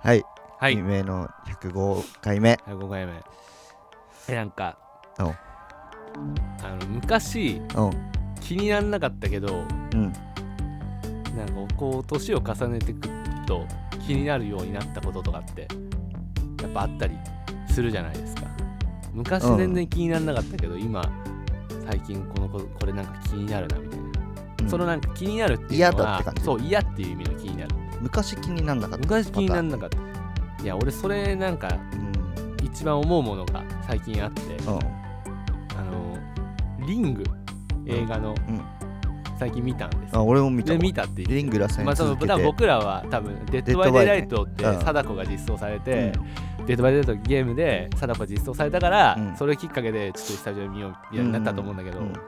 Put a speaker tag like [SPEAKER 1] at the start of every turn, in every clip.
[SPEAKER 1] はい、
[SPEAKER 2] はい
[SPEAKER 1] 2名の105回目
[SPEAKER 2] 105回目えなんか
[SPEAKER 1] おう
[SPEAKER 2] あの昔
[SPEAKER 1] うん
[SPEAKER 2] 気になんなかったけど
[SPEAKER 1] うん
[SPEAKER 2] なんかこう年を重ねてくと気になるようになったこととかってやっぱあったりするじゃないですか昔
[SPEAKER 1] うん
[SPEAKER 2] 全然気にならなかったけど、今最近このここれなんか気になるなみたいな、
[SPEAKER 1] うん
[SPEAKER 2] そのなんか気になるっていうの
[SPEAKER 1] 嫌
[SPEAKER 2] は
[SPEAKER 1] だって感じ
[SPEAKER 2] そう嫌っていう意味の気になる
[SPEAKER 1] 昔気になんなかった
[SPEAKER 2] 昔気にならなかったいや俺それなんか
[SPEAKER 1] うん
[SPEAKER 2] 一番思うものが最近あって
[SPEAKER 1] うん
[SPEAKER 2] あのリング映画の
[SPEAKER 1] うん
[SPEAKER 2] 最近見たんです、
[SPEAKER 1] あ俺も見た
[SPEAKER 2] で
[SPEAKER 1] わ
[SPEAKER 2] 見たって言って
[SPEAKER 1] リングラさん
[SPEAKER 2] まあ、
[SPEAKER 1] に
[SPEAKER 2] その
[SPEAKER 1] 続け
[SPEAKER 2] 多分
[SPEAKER 1] て
[SPEAKER 2] 僕らは多分デッド・バイ・デイ・ライトって
[SPEAKER 1] うん
[SPEAKER 2] 貞子が実装され
[SPEAKER 1] う
[SPEAKER 2] て
[SPEAKER 1] ん、
[SPEAKER 2] デッド・バイ・デイ・ライトゲームで貞子が実装されたから、
[SPEAKER 1] うん
[SPEAKER 2] それきっかけでちょっと久々に見ようみたいになったと思うんだけど、
[SPEAKER 1] うん
[SPEAKER 2] で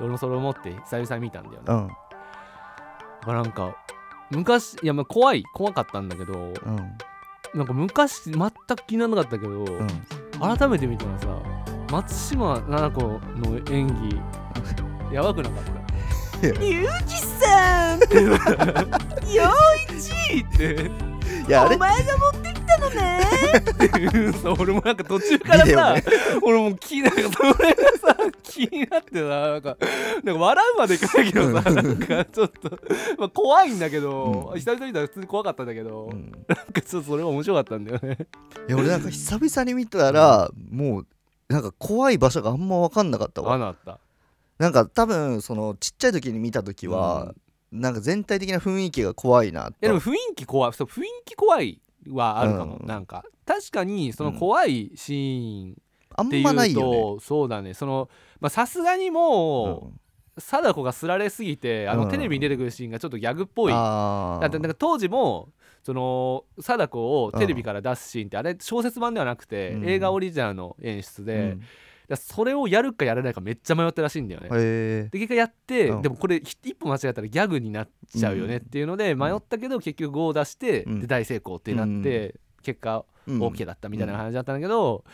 [SPEAKER 2] 俺もそれを持って久々に見たんだよね、
[SPEAKER 1] う
[SPEAKER 2] だ
[SPEAKER 1] ん
[SPEAKER 2] からなんか昔いやまあ怖い怖かったんだけど、
[SPEAKER 1] うん
[SPEAKER 2] なんか昔全く気にならなかったけど、
[SPEAKER 1] うん
[SPEAKER 2] 改めて見たらさ松島菜々子の演技やばくなかった
[SPEAKER 1] いや
[SPEAKER 2] ゆうじさんよいちって
[SPEAKER 1] いやあれ
[SPEAKER 2] 前が持ってきたのね 俺もなんか途中から
[SPEAKER 1] いいよ
[SPEAKER 2] さ、
[SPEAKER 1] ね
[SPEAKER 2] 俺もう気になるそれがさ気になってさなんかなんか笑うまでいかないけどさ
[SPEAKER 1] うん
[SPEAKER 2] なんかちょっと、まあ、怖いんだけど、
[SPEAKER 1] うん
[SPEAKER 2] 久々に見たら普通に怖かったんだけど、
[SPEAKER 1] う
[SPEAKER 2] なん
[SPEAKER 1] ん
[SPEAKER 2] かちょっとそれは面白かったんだよね
[SPEAKER 1] いや俺なんか久々に見たらもうなんか怖い場所があんま分かんなかったわ
[SPEAKER 2] あなった
[SPEAKER 1] なんか多分そのちっちゃい時に見た時は、なんか全体的な雰囲気が怖いなと
[SPEAKER 2] いやでも雰囲気怖いそう雰囲気怖いはあるかも、
[SPEAKER 1] うん
[SPEAKER 2] なんか確かにその怖いシーン
[SPEAKER 1] あん
[SPEAKER 2] ってい
[SPEAKER 1] まないうよね
[SPEAKER 2] と、そうだねそのまあさすがに
[SPEAKER 1] う
[SPEAKER 2] も
[SPEAKER 1] ん
[SPEAKER 2] う貞子がすられすぎてあ
[SPEAKER 1] う
[SPEAKER 2] の
[SPEAKER 1] ん
[SPEAKER 2] テレビに出てくるシーンがちょっとギャグっぽい、
[SPEAKER 1] あ
[SPEAKER 2] だってなんか当時もその貞子をテレビから出すシーンってあれ小説版ではなくて、
[SPEAKER 1] うん
[SPEAKER 2] 映画オリジナルの演出
[SPEAKER 1] う
[SPEAKER 2] で、だか
[SPEAKER 1] ん
[SPEAKER 2] らそれをやるかやらないかめっちゃ迷ったらしいんだよね。
[SPEAKER 1] へ
[SPEAKER 2] で結果やって、
[SPEAKER 1] うん
[SPEAKER 2] でもこれひ一歩間違えたらギャグになっちゃうよねっていうので
[SPEAKER 1] ん
[SPEAKER 2] 迷ったけど結局5を出して、
[SPEAKER 1] うん
[SPEAKER 2] で大成功ってなって、結果
[SPEAKER 1] え
[SPEAKER 2] OK だったみたいな話だったんだけど、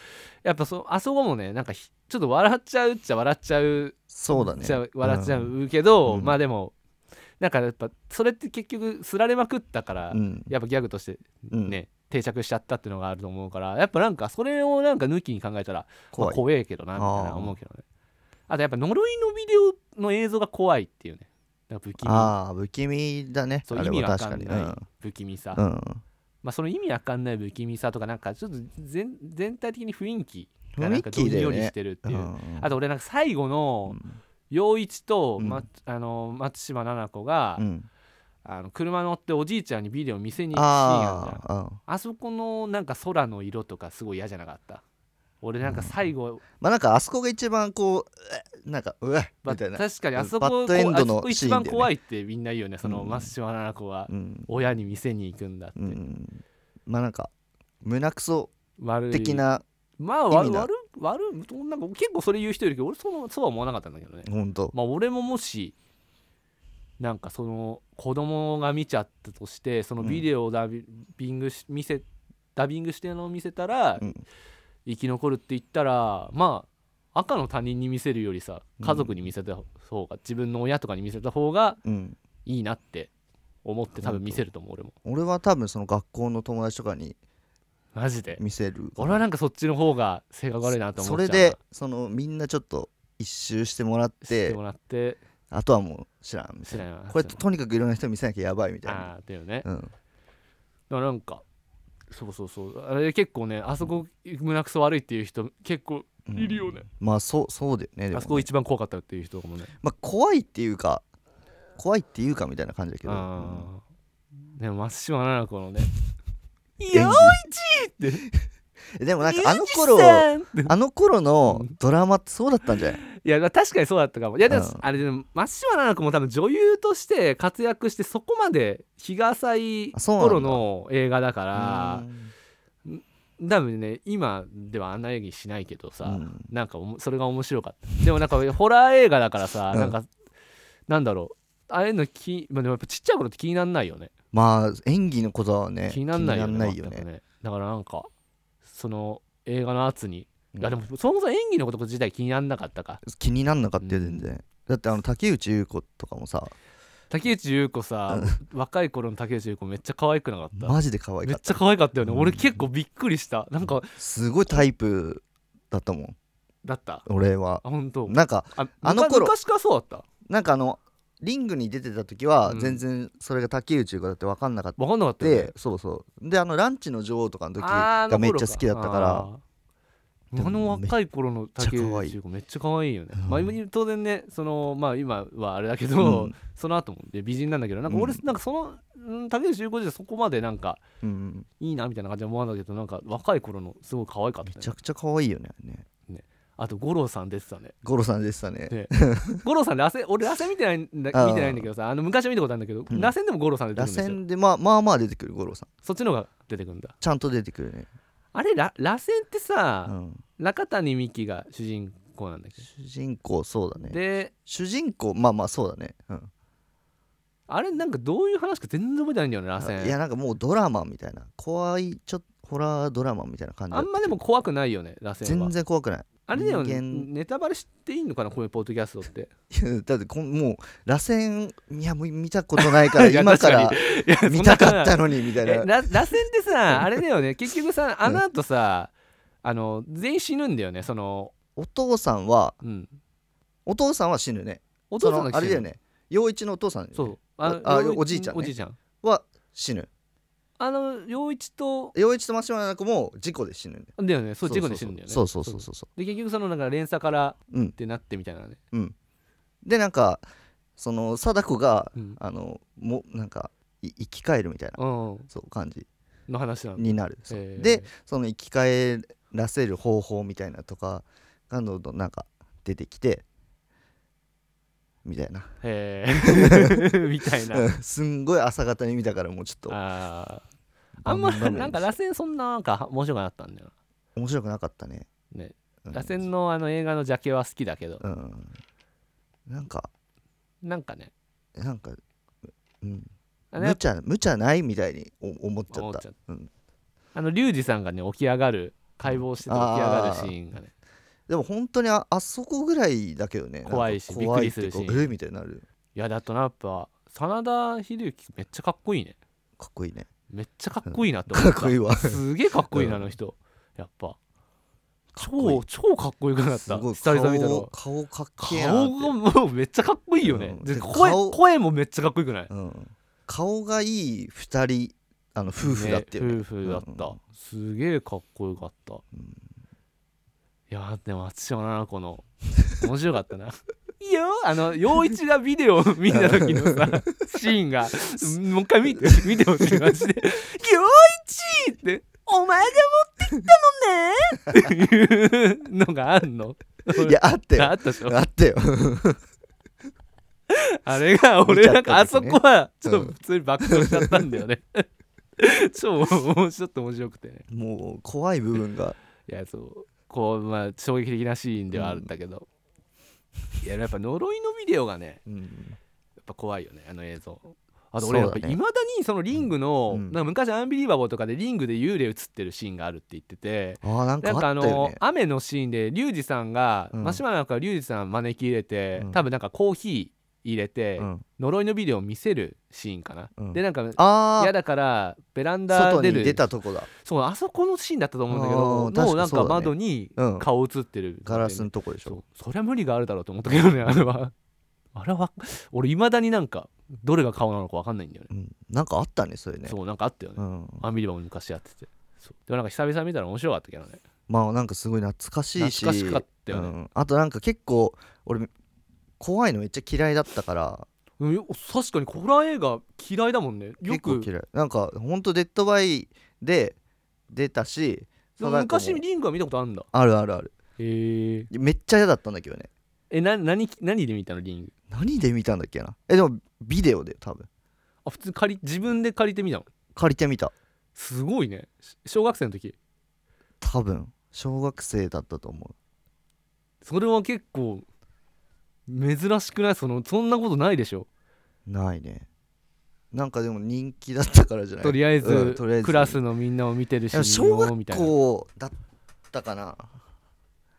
[SPEAKER 2] やっぱそあそこもねなんかひちょっと笑っちゃうっちゃ笑っちゃう
[SPEAKER 1] そうだね
[SPEAKER 2] ちゃう笑っちゃ
[SPEAKER 1] ん
[SPEAKER 2] うけど、
[SPEAKER 1] うん
[SPEAKER 2] まあでもなんかやっぱそれって結局すられまくったから、
[SPEAKER 1] うん
[SPEAKER 2] やっぱギャグとして
[SPEAKER 1] うん
[SPEAKER 2] ね、定着しちゃったっていうのがあると思うからやっぱなんかそれをなんか抜きに考えたら
[SPEAKER 1] 怖
[SPEAKER 2] 怖い,、
[SPEAKER 1] い
[SPEAKER 2] 怖えけどなみたいな思うけどねあとやっぱ呪いのビデオの映像が怖いっていうねなんか不気味
[SPEAKER 1] ああ不気味だね
[SPEAKER 2] そう
[SPEAKER 1] あ
[SPEAKER 2] 意
[SPEAKER 1] れ
[SPEAKER 2] 味
[SPEAKER 1] は
[SPEAKER 2] わ
[SPEAKER 1] 確
[SPEAKER 2] か
[SPEAKER 1] か
[SPEAKER 2] ん
[SPEAKER 1] に
[SPEAKER 2] ない不気味さ、
[SPEAKER 1] うんうん
[SPEAKER 2] まあその意味わかんない不気味さとかなんかちょっと全全体的に雰囲気がなんか
[SPEAKER 1] 雰囲気
[SPEAKER 2] どん
[SPEAKER 1] だ
[SPEAKER 2] よ
[SPEAKER 1] よ
[SPEAKER 2] り
[SPEAKER 1] ね
[SPEAKER 2] してるって
[SPEAKER 1] う
[SPEAKER 2] い
[SPEAKER 1] ん
[SPEAKER 2] う、
[SPEAKER 1] うん
[SPEAKER 2] あと俺なんか最後の陽一と、まあの松島菜々子が、
[SPEAKER 1] うん
[SPEAKER 2] あの車乗っておじいちゃんにビデオ見せに行くシーンあるじゃん
[SPEAKER 1] ああうん
[SPEAKER 2] あそこのなんか空の色とかすごい嫌じゃなかった俺なんか最後、
[SPEAKER 1] まあなんかあそこが一番こううえなんかうえ
[SPEAKER 2] ま
[SPEAKER 1] みたいな
[SPEAKER 2] 確かにあそ
[SPEAKER 1] バ
[SPEAKER 2] こ
[SPEAKER 1] ッドエンドの
[SPEAKER 2] こうあそこ
[SPEAKER 1] シー
[SPEAKER 2] 一
[SPEAKER 1] ンだよ
[SPEAKER 2] 番
[SPEAKER 1] ね
[SPEAKER 2] 怖いってみんな言うよねその
[SPEAKER 1] うん
[SPEAKER 2] 真っ白な子は
[SPEAKER 1] うん
[SPEAKER 2] 親に店に行くんだって、
[SPEAKER 1] うんまあなんか胸くそ
[SPEAKER 2] 悪い
[SPEAKER 1] 的な
[SPEAKER 2] まあわ
[SPEAKER 1] 意味な
[SPEAKER 2] 悪い悪いそんなんか結構それ言う人いるけど俺そのそうは思わなかったんだけどね
[SPEAKER 1] 本当
[SPEAKER 2] まあ俺ももしなんかその子供が見ちゃったとしてそのビデオをダビビングし見せダビングしてるのを見せたら、
[SPEAKER 1] うん
[SPEAKER 2] 生き残るって言ったらまあ赤の他人に見せるよりさ家族に見せた方が、自分の親とかに見せた方が
[SPEAKER 1] うん
[SPEAKER 2] いいなって思って多分見せると思う俺も
[SPEAKER 1] 俺は多分その学校の友達とかに
[SPEAKER 2] マジで
[SPEAKER 1] 見せる
[SPEAKER 2] 俺はなんかそっちの方が性格悪いなと思
[SPEAKER 1] そ
[SPEAKER 2] っちゃ
[SPEAKER 1] れ
[SPEAKER 2] う
[SPEAKER 1] でそのみんなちょっと一周してもらっ
[SPEAKER 2] して
[SPEAKER 1] て
[SPEAKER 2] もらって
[SPEAKER 1] あとはもう知らんみたい
[SPEAKER 2] 知らん
[SPEAKER 1] な
[SPEAKER 2] わ
[SPEAKER 1] これととにかくいろんな人に見せなきゃやばいみたいな
[SPEAKER 2] ああだよね
[SPEAKER 1] うん
[SPEAKER 2] だからなんかそうそうそうあれ結構ねあそこ胸くそ悪いっていう人結構
[SPEAKER 1] うん
[SPEAKER 2] いるよね、
[SPEAKER 1] まあそうそうだよねでも
[SPEAKER 2] あそこ一番怖かったっていう人かもね
[SPEAKER 1] まあ怖いっていうか怖いっていうかみたいな感じだけどうん
[SPEAKER 2] ああでも松島菜々 子のね「
[SPEAKER 1] 演技
[SPEAKER 2] よ
[SPEAKER 1] え でもなん
[SPEAKER 2] い
[SPEAKER 1] かあの頃あの頃のドラマってそうだったんじゃない
[SPEAKER 2] いやまあ確かにそうだったかもいやでも、
[SPEAKER 1] うん
[SPEAKER 2] あれでも松島菜々子も多分女優として活躍してそこまで日が浅い
[SPEAKER 1] あそうなんだ
[SPEAKER 2] 頃の映画だから
[SPEAKER 1] うん
[SPEAKER 2] 多分ね今ではあんな演技しないけどさ、
[SPEAKER 1] うん
[SPEAKER 2] なんかおもそれが面白かったでもなんかホラー映画だからさ、
[SPEAKER 1] うん
[SPEAKER 2] なんかなんだろうああいうのき、まあ、でもやっぱちっちゃい頃って気になんないよね
[SPEAKER 1] まあ演技のことはね
[SPEAKER 2] 気になんないよね
[SPEAKER 1] 気になんないよ
[SPEAKER 2] 全く
[SPEAKER 1] ね
[SPEAKER 2] ねだからなんかその映画の圧に、
[SPEAKER 1] うん
[SPEAKER 2] いやでもそもそも演技のこと自体気になんなかったか
[SPEAKER 1] 気になんなかったよ全然だってあの竹内結子とかもさ
[SPEAKER 2] 竹内優子さ、若い頃の竹内優子めっちゃ可愛くなかった
[SPEAKER 1] マジで可愛
[SPEAKER 2] め
[SPEAKER 1] か
[SPEAKER 2] っ
[SPEAKER 1] っ
[SPEAKER 2] ちゃ
[SPEAKER 1] た
[SPEAKER 2] 可愛かったよね、
[SPEAKER 1] うん
[SPEAKER 2] 俺結構びっくりしたなんか
[SPEAKER 1] すごいタイプだったもん
[SPEAKER 2] だった
[SPEAKER 1] 俺は
[SPEAKER 2] あ本当
[SPEAKER 1] なんか
[SPEAKER 2] あ
[SPEAKER 1] あの頃
[SPEAKER 2] 昔からそうだっ
[SPEAKER 1] なんかあのリングに出てた時は
[SPEAKER 2] うん
[SPEAKER 1] 全然それが竹内優子だって分かんなかった
[SPEAKER 2] 分かんなかったよね
[SPEAKER 1] でそうそうであのランチの女王とかの時
[SPEAKER 2] あーあの
[SPEAKER 1] がめっちゃ好きだったから
[SPEAKER 2] らあーあの若い頃の竹内優子めっちゃ可愛いよね、
[SPEAKER 1] うん
[SPEAKER 2] まあ、今当然ねその、まあ、今はあれだけ
[SPEAKER 1] う
[SPEAKER 2] ど、
[SPEAKER 1] ん
[SPEAKER 2] その後も、ね、美人なんだけどなんか俺、
[SPEAKER 1] うん
[SPEAKER 2] なんかそのうん竹内優子自体そこまでなんか
[SPEAKER 1] うん
[SPEAKER 2] いいなみたいな感じは思わないけどなんか若い頃のすごい可愛かっ
[SPEAKER 1] め
[SPEAKER 2] た、ね、
[SPEAKER 1] ちゃくちゃ可愛いよねね
[SPEAKER 2] あと五郎さん出てたね
[SPEAKER 1] ゴロさんでしたね
[SPEAKER 2] で五郎さん螺旋俺螺旋見てないんだ
[SPEAKER 1] あー
[SPEAKER 2] 見てないんだけどさあの昔は見たことあるんだけど、
[SPEAKER 1] うん
[SPEAKER 2] 螺旋でも五郎さん出て
[SPEAKER 1] 螺
[SPEAKER 2] くるんですよ
[SPEAKER 1] 旋でまあまあまあ出てくるゴロさん
[SPEAKER 2] そっちの方が出てくるんだ
[SPEAKER 1] ちゃんと出てくるね、
[SPEAKER 2] あれら螺旋ってさ、
[SPEAKER 1] うん、
[SPEAKER 2] 中谷美紀が主人公なんだっけ
[SPEAKER 1] 主人公そうだね
[SPEAKER 2] で
[SPEAKER 1] 主人公まあまあそうだね、うん
[SPEAKER 2] あれなんかどういう話か全然覚えてないんだよね螺
[SPEAKER 1] いや
[SPEAKER 2] 旋
[SPEAKER 1] なんかもうドラマみたいな怖いちょっとホラードラマみたいな感じだ
[SPEAKER 2] あ
[SPEAKER 1] っ
[SPEAKER 2] ん
[SPEAKER 1] た
[SPEAKER 2] までも怖くないよね螺旋は
[SPEAKER 1] 全然怖くない
[SPEAKER 2] あれだよね
[SPEAKER 1] 人間
[SPEAKER 2] ネタバレ知っていいのかなこういうポッドキャストって
[SPEAKER 1] だってこんもう螺旋いやもう見たことないから
[SPEAKER 2] いや
[SPEAKER 1] 今から
[SPEAKER 2] 確いやそん な
[SPEAKER 1] 見たかったのにみたい
[SPEAKER 2] え
[SPEAKER 1] な
[SPEAKER 2] ら螺旋ってさあれだよね結局さあの後さあの全員死ぬんだよねその
[SPEAKER 1] お父さんは
[SPEAKER 2] うん
[SPEAKER 1] お父さんは死ぬね
[SPEAKER 2] お
[SPEAKER 1] お
[SPEAKER 2] 父さんが死ぬ
[SPEAKER 1] あれだよね陽一のお父さんだよね
[SPEAKER 2] そう
[SPEAKER 1] あ
[SPEAKER 2] 陽一
[SPEAKER 1] おじいちゃんね
[SPEAKER 2] おじいちゃん
[SPEAKER 1] は死ぬ
[SPEAKER 2] あの陽一と
[SPEAKER 1] 陽一と松島菜々子も事故で死ぬんだよ
[SPEAKER 2] だよねそう事故で死ぬんだよね
[SPEAKER 1] そうそうそうそうそ
[SPEAKER 2] で結局そのなんか連鎖から
[SPEAKER 1] ううん
[SPEAKER 2] ってなってみたいなね
[SPEAKER 1] うんでなんかその貞子が、
[SPEAKER 2] うん
[SPEAKER 1] あのもなんかい生き返るみたいな、
[SPEAKER 2] うん
[SPEAKER 1] そう感じ
[SPEAKER 2] の話なんだ
[SPEAKER 1] になる、そう
[SPEAKER 2] えー
[SPEAKER 1] でその生き返らせる方法みたいなとかがどんどんなんか出てきてみたいな
[SPEAKER 2] へえ みたいな
[SPEAKER 1] うん すんごい朝方に見たからもうちょっと
[SPEAKER 2] あーあんま
[SPEAKER 1] 場面
[SPEAKER 2] なんか螺旋そんななんか面白くなかったんだよ
[SPEAKER 1] 面白くなかったね
[SPEAKER 2] な、ね、
[SPEAKER 1] うん
[SPEAKER 2] 螺旋のあの映画のジャケは好きだけど
[SPEAKER 1] うんなんか
[SPEAKER 2] なんかね
[SPEAKER 1] なんかうん
[SPEAKER 2] あ
[SPEAKER 1] 無
[SPEAKER 2] の
[SPEAKER 1] 茶無茶ないみたいにお思っちゃ
[SPEAKER 2] 思
[SPEAKER 1] っ
[SPEAKER 2] っちゃ
[SPEAKER 1] た
[SPEAKER 2] っ
[SPEAKER 1] うん
[SPEAKER 2] あのリュウジさんがね起き上がる解剖してて起き上がるシーンがね
[SPEAKER 1] でも本当にああそこぐらいだけどね
[SPEAKER 2] 怖いし
[SPEAKER 1] なんか怖
[SPEAKER 2] びっ
[SPEAKER 1] い
[SPEAKER 2] くりするし
[SPEAKER 1] っていうかえみたいになる
[SPEAKER 2] いやだとなやっぱ真田広之めっちゃかっこいいね
[SPEAKER 1] かっこいいね
[SPEAKER 2] めっちゃかっこいいなって思
[SPEAKER 1] か
[SPEAKER 2] っ
[SPEAKER 1] ったこいいわ
[SPEAKER 2] すげえかっこいいなあ
[SPEAKER 1] うん
[SPEAKER 2] の人やっぱ
[SPEAKER 1] かっこいい
[SPEAKER 2] 超超かっこよくなっ
[SPEAKER 1] す
[SPEAKER 2] た
[SPEAKER 1] ごい
[SPEAKER 2] 久々見たら
[SPEAKER 1] 顔顔かっけえなって
[SPEAKER 2] 顔がもうめっちゃかっこいいよね
[SPEAKER 1] うん
[SPEAKER 2] で
[SPEAKER 1] で
[SPEAKER 2] 声
[SPEAKER 1] 顔
[SPEAKER 2] 声もめっちゃかっこよくない
[SPEAKER 1] うん、顔がいい2人あの夫婦だっていうね
[SPEAKER 2] ね夫婦だった、
[SPEAKER 1] うん
[SPEAKER 2] すげえかっこよかった、
[SPEAKER 1] ん
[SPEAKER 2] いやーでも松島菜々子の面白かったないいよあの陽一がビデオを見た時の さシーンがもう一回見て見てほしいマジで「陽一!」って「お前が持ってきたのね!」っていうのがあんの
[SPEAKER 1] いやあったよ
[SPEAKER 2] あったでしょ
[SPEAKER 1] あったよ
[SPEAKER 2] あれが俺なんかあ
[SPEAKER 1] 見ちゃっ
[SPEAKER 2] そ
[SPEAKER 1] た時ね
[SPEAKER 2] こはちょっ
[SPEAKER 1] う
[SPEAKER 2] と
[SPEAKER 1] ん
[SPEAKER 2] 普通に爆笑しちゃったんだよね超面白と面白くてね
[SPEAKER 1] もう怖い部分が
[SPEAKER 2] いやそうこうまあ衝撃的なシーンではあるんだけど、いややっぱ呪いのビデオがね
[SPEAKER 1] うん
[SPEAKER 2] やっぱ怖いよねあの映像あと俺やっぱ
[SPEAKER 1] そう
[SPEAKER 2] い
[SPEAKER 1] だ
[SPEAKER 2] ま
[SPEAKER 1] ね
[SPEAKER 2] だにそのリングの、
[SPEAKER 1] うんうん
[SPEAKER 2] なんか昔アンビリバボーとかでリングで幽霊映ってるシーンがあるって言ってて
[SPEAKER 1] あーなんか
[SPEAKER 2] なんか
[SPEAKER 1] あ
[SPEAKER 2] あ
[SPEAKER 1] ったよ
[SPEAKER 2] の
[SPEAKER 1] ね
[SPEAKER 2] 雨のシーンでリュウジさんが、
[SPEAKER 1] うん
[SPEAKER 2] マシュマロなんかリュウジさん招き入れて、
[SPEAKER 1] うん
[SPEAKER 2] 多分なんかコーヒー入れて、
[SPEAKER 1] うん
[SPEAKER 2] 呪いのビデオを見せるシーンかな、
[SPEAKER 1] うん
[SPEAKER 2] でなんか
[SPEAKER 1] あ
[SPEAKER 2] 嫌
[SPEAKER 1] あ
[SPEAKER 2] だからベランダ
[SPEAKER 1] 外
[SPEAKER 2] 出
[SPEAKER 1] に
[SPEAKER 2] る
[SPEAKER 1] 出たとこだ
[SPEAKER 2] そうあそこのシーンだったと思うんだけ
[SPEAKER 1] あー
[SPEAKER 2] どもう
[SPEAKER 1] 確
[SPEAKER 2] な
[SPEAKER 1] か
[SPEAKER 2] んか
[SPEAKER 1] そうだね
[SPEAKER 2] 窓に
[SPEAKER 1] うん
[SPEAKER 2] 顔映ってる、
[SPEAKER 1] ガラスのとこでし
[SPEAKER 2] そ
[SPEAKER 1] ょ
[SPEAKER 2] うそりゃ無理があるだろうと思ったけど ねあれはあれは俺いまだになんかどれが顔なのか分かんないんだよね
[SPEAKER 1] うんなんかあったねそれね
[SPEAKER 2] そうなんかあったよね、
[SPEAKER 1] うん
[SPEAKER 2] アンビリバボー昔やっててそうでもなんか久々に見たら面白かったけどね
[SPEAKER 1] まあなんかすごい懐かしいし
[SPEAKER 2] 懐かしかったよね
[SPEAKER 1] うんあとなんか結構俺怖いのめっちゃ嫌いだったから
[SPEAKER 2] うんよ確かにホラー映画嫌いだもんねよ
[SPEAKER 1] 結構
[SPEAKER 2] く
[SPEAKER 1] 嫌いなんかほんとデッドバイで出たし
[SPEAKER 2] で
[SPEAKER 1] 貞子
[SPEAKER 2] も
[SPEAKER 1] も
[SPEAKER 2] 昔リングは見たことあるんだ
[SPEAKER 1] あるあるある
[SPEAKER 2] へえ
[SPEAKER 1] めっちゃ嫌だったんだけどね
[SPEAKER 2] えな何何で見たのリング
[SPEAKER 1] 何で見たんだっけなえでもビデオで多分
[SPEAKER 2] あ普通に借り自分で借りてみたの
[SPEAKER 1] 借りてみた
[SPEAKER 2] すごいねし小学生の時
[SPEAKER 1] 多分小学生だったと思
[SPEAKER 2] それは結構珍しくないそのそんなことないでしょ
[SPEAKER 1] うないねなんかでも人気だったからじゃない
[SPEAKER 2] とりあえず,、
[SPEAKER 1] うんとりあえず
[SPEAKER 2] クラスのみんなを見てるし
[SPEAKER 1] でも
[SPEAKER 2] 見
[SPEAKER 1] 小
[SPEAKER 2] よう
[SPEAKER 1] 学
[SPEAKER 2] みたいな
[SPEAKER 1] 校だったかな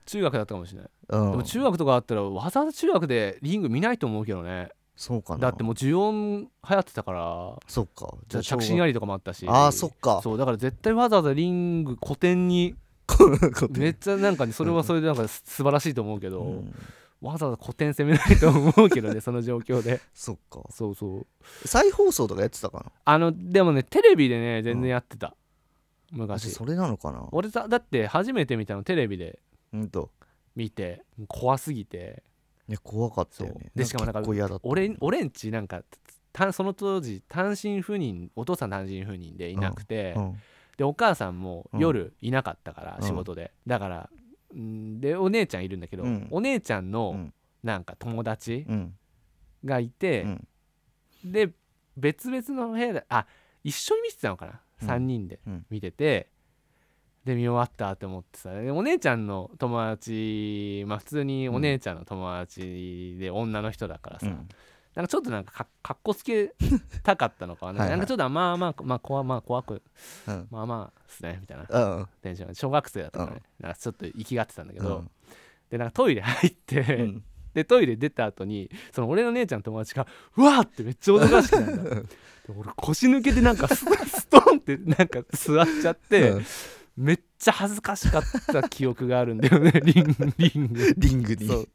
[SPEAKER 2] 中学だったかもしれない、
[SPEAKER 1] うん
[SPEAKER 2] でも中学とかあったらわざわざ中学でリング見ないと思うけどね
[SPEAKER 1] そうかな
[SPEAKER 2] だってもう呪音流行ってたから
[SPEAKER 1] そっか
[SPEAKER 2] じゃあ
[SPEAKER 1] しょう
[SPEAKER 2] 着
[SPEAKER 1] が
[SPEAKER 2] 信ありとかもあったし
[SPEAKER 1] あーそっか
[SPEAKER 2] そうだから絶対わざわざリング古典に
[SPEAKER 1] こんなこと
[SPEAKER 2] めっちゃなんかねそれはそれでなんかす素晴らしいと思うけど、
[SPEAKER 1] うん
[SPEAKER 2] わざわざ古典攻めないと思うけどねその状況で
[SPEAKER 1] そっか
[SPEAKER 2] そうそう
[SPEAKER 1] 再放送とかやってたか
[SPEAKER 2] あのでもねテレビでね全然やってた、
[SPEAKER 1] な
[SPEAKER 2] 昔
[SPEAKER 1] それなのかな
[SPEAKER 2] 俺さだって初めて見たのテレビで
[SPEAKER 1] うんと
[SPEAKER 2] 見て怖すぎて
[SPEAKER 1] いや怖かったよね
[SPEAKER 2] そうでしかもなんか
[SPEAKER 1] 結構嫌だった
[SPEAKER 2] 俺俺んちなんかたその当時単身赴任お父さん単身赴任でいなくて、
[SPEAKER 1] うん
[SPEAKER 2] でお母さんも
[SPEAKER 1] うん
[SPEAKER 2] 夜いなかったから、
[SPEAKER 1] うん
[SPEAKER 2] 仕事でだからうんでお姉ちゃんいるんだけど、
[SPEAKER 1] うん
[SPEAKER 2] お姉ちゃん
[SPEAKER 1] う
[SPEAKER 2] の
[SPEAKER 1] ん
[SPEAKER 2] なんか友達
[SPEAKER 1] うん
[SPEAKER 2] がいて、
[SPEAKER 1] うん
[SPEAKER 2] で別々の部屋であ一緒に見てたのかな、
[SPEAKER 1] うん
[SPEAKER 2] 3人で
[SPEAKER 1] うん
[SPEAKER 2] 見ててで見終わったって思ってさでお姉ちゃんの友達まあ普通にお姉ちゃんの友達で女の人だからさ、
[SPEAKER 1] うん
[SPEAKER 2] なんかちょっとなんかかかっこつけたかったのかな
[SPEAKER 1] はいはい
[SPEAKER 2] なんかちょっとまあまあまあ怖まあ怖く
[SPEAKER 1] うん
[SPEAKER 2] まあまあっすねみたいな
[SPEAKER 1] うん
[SPEAKER 2] テンション小学生だったからね、なんかちょっと行きがってたんだけ
[SPEAKER 1] う
[SPEAKER 2] ど、
[SPEAKER 1] ん
[SPEAKER 2] でなんかトイレ入って、
[SPEAKER 1] うん
[SPEAKER 2] でトイレ出た後にその俺の姉ちゃんの友達が「うわ!」ってめっちゃ驚かしくなるんだで俺腰抜けてなんかス ストンってなんか座っちゃって、
[SPEAKER 1] うん
[SPEAKER 2] めっちゃ恥ずかしかった記憶があるんだ よねリングリング
[SPEAKER 1] リングに
[SPEAKER 2] そう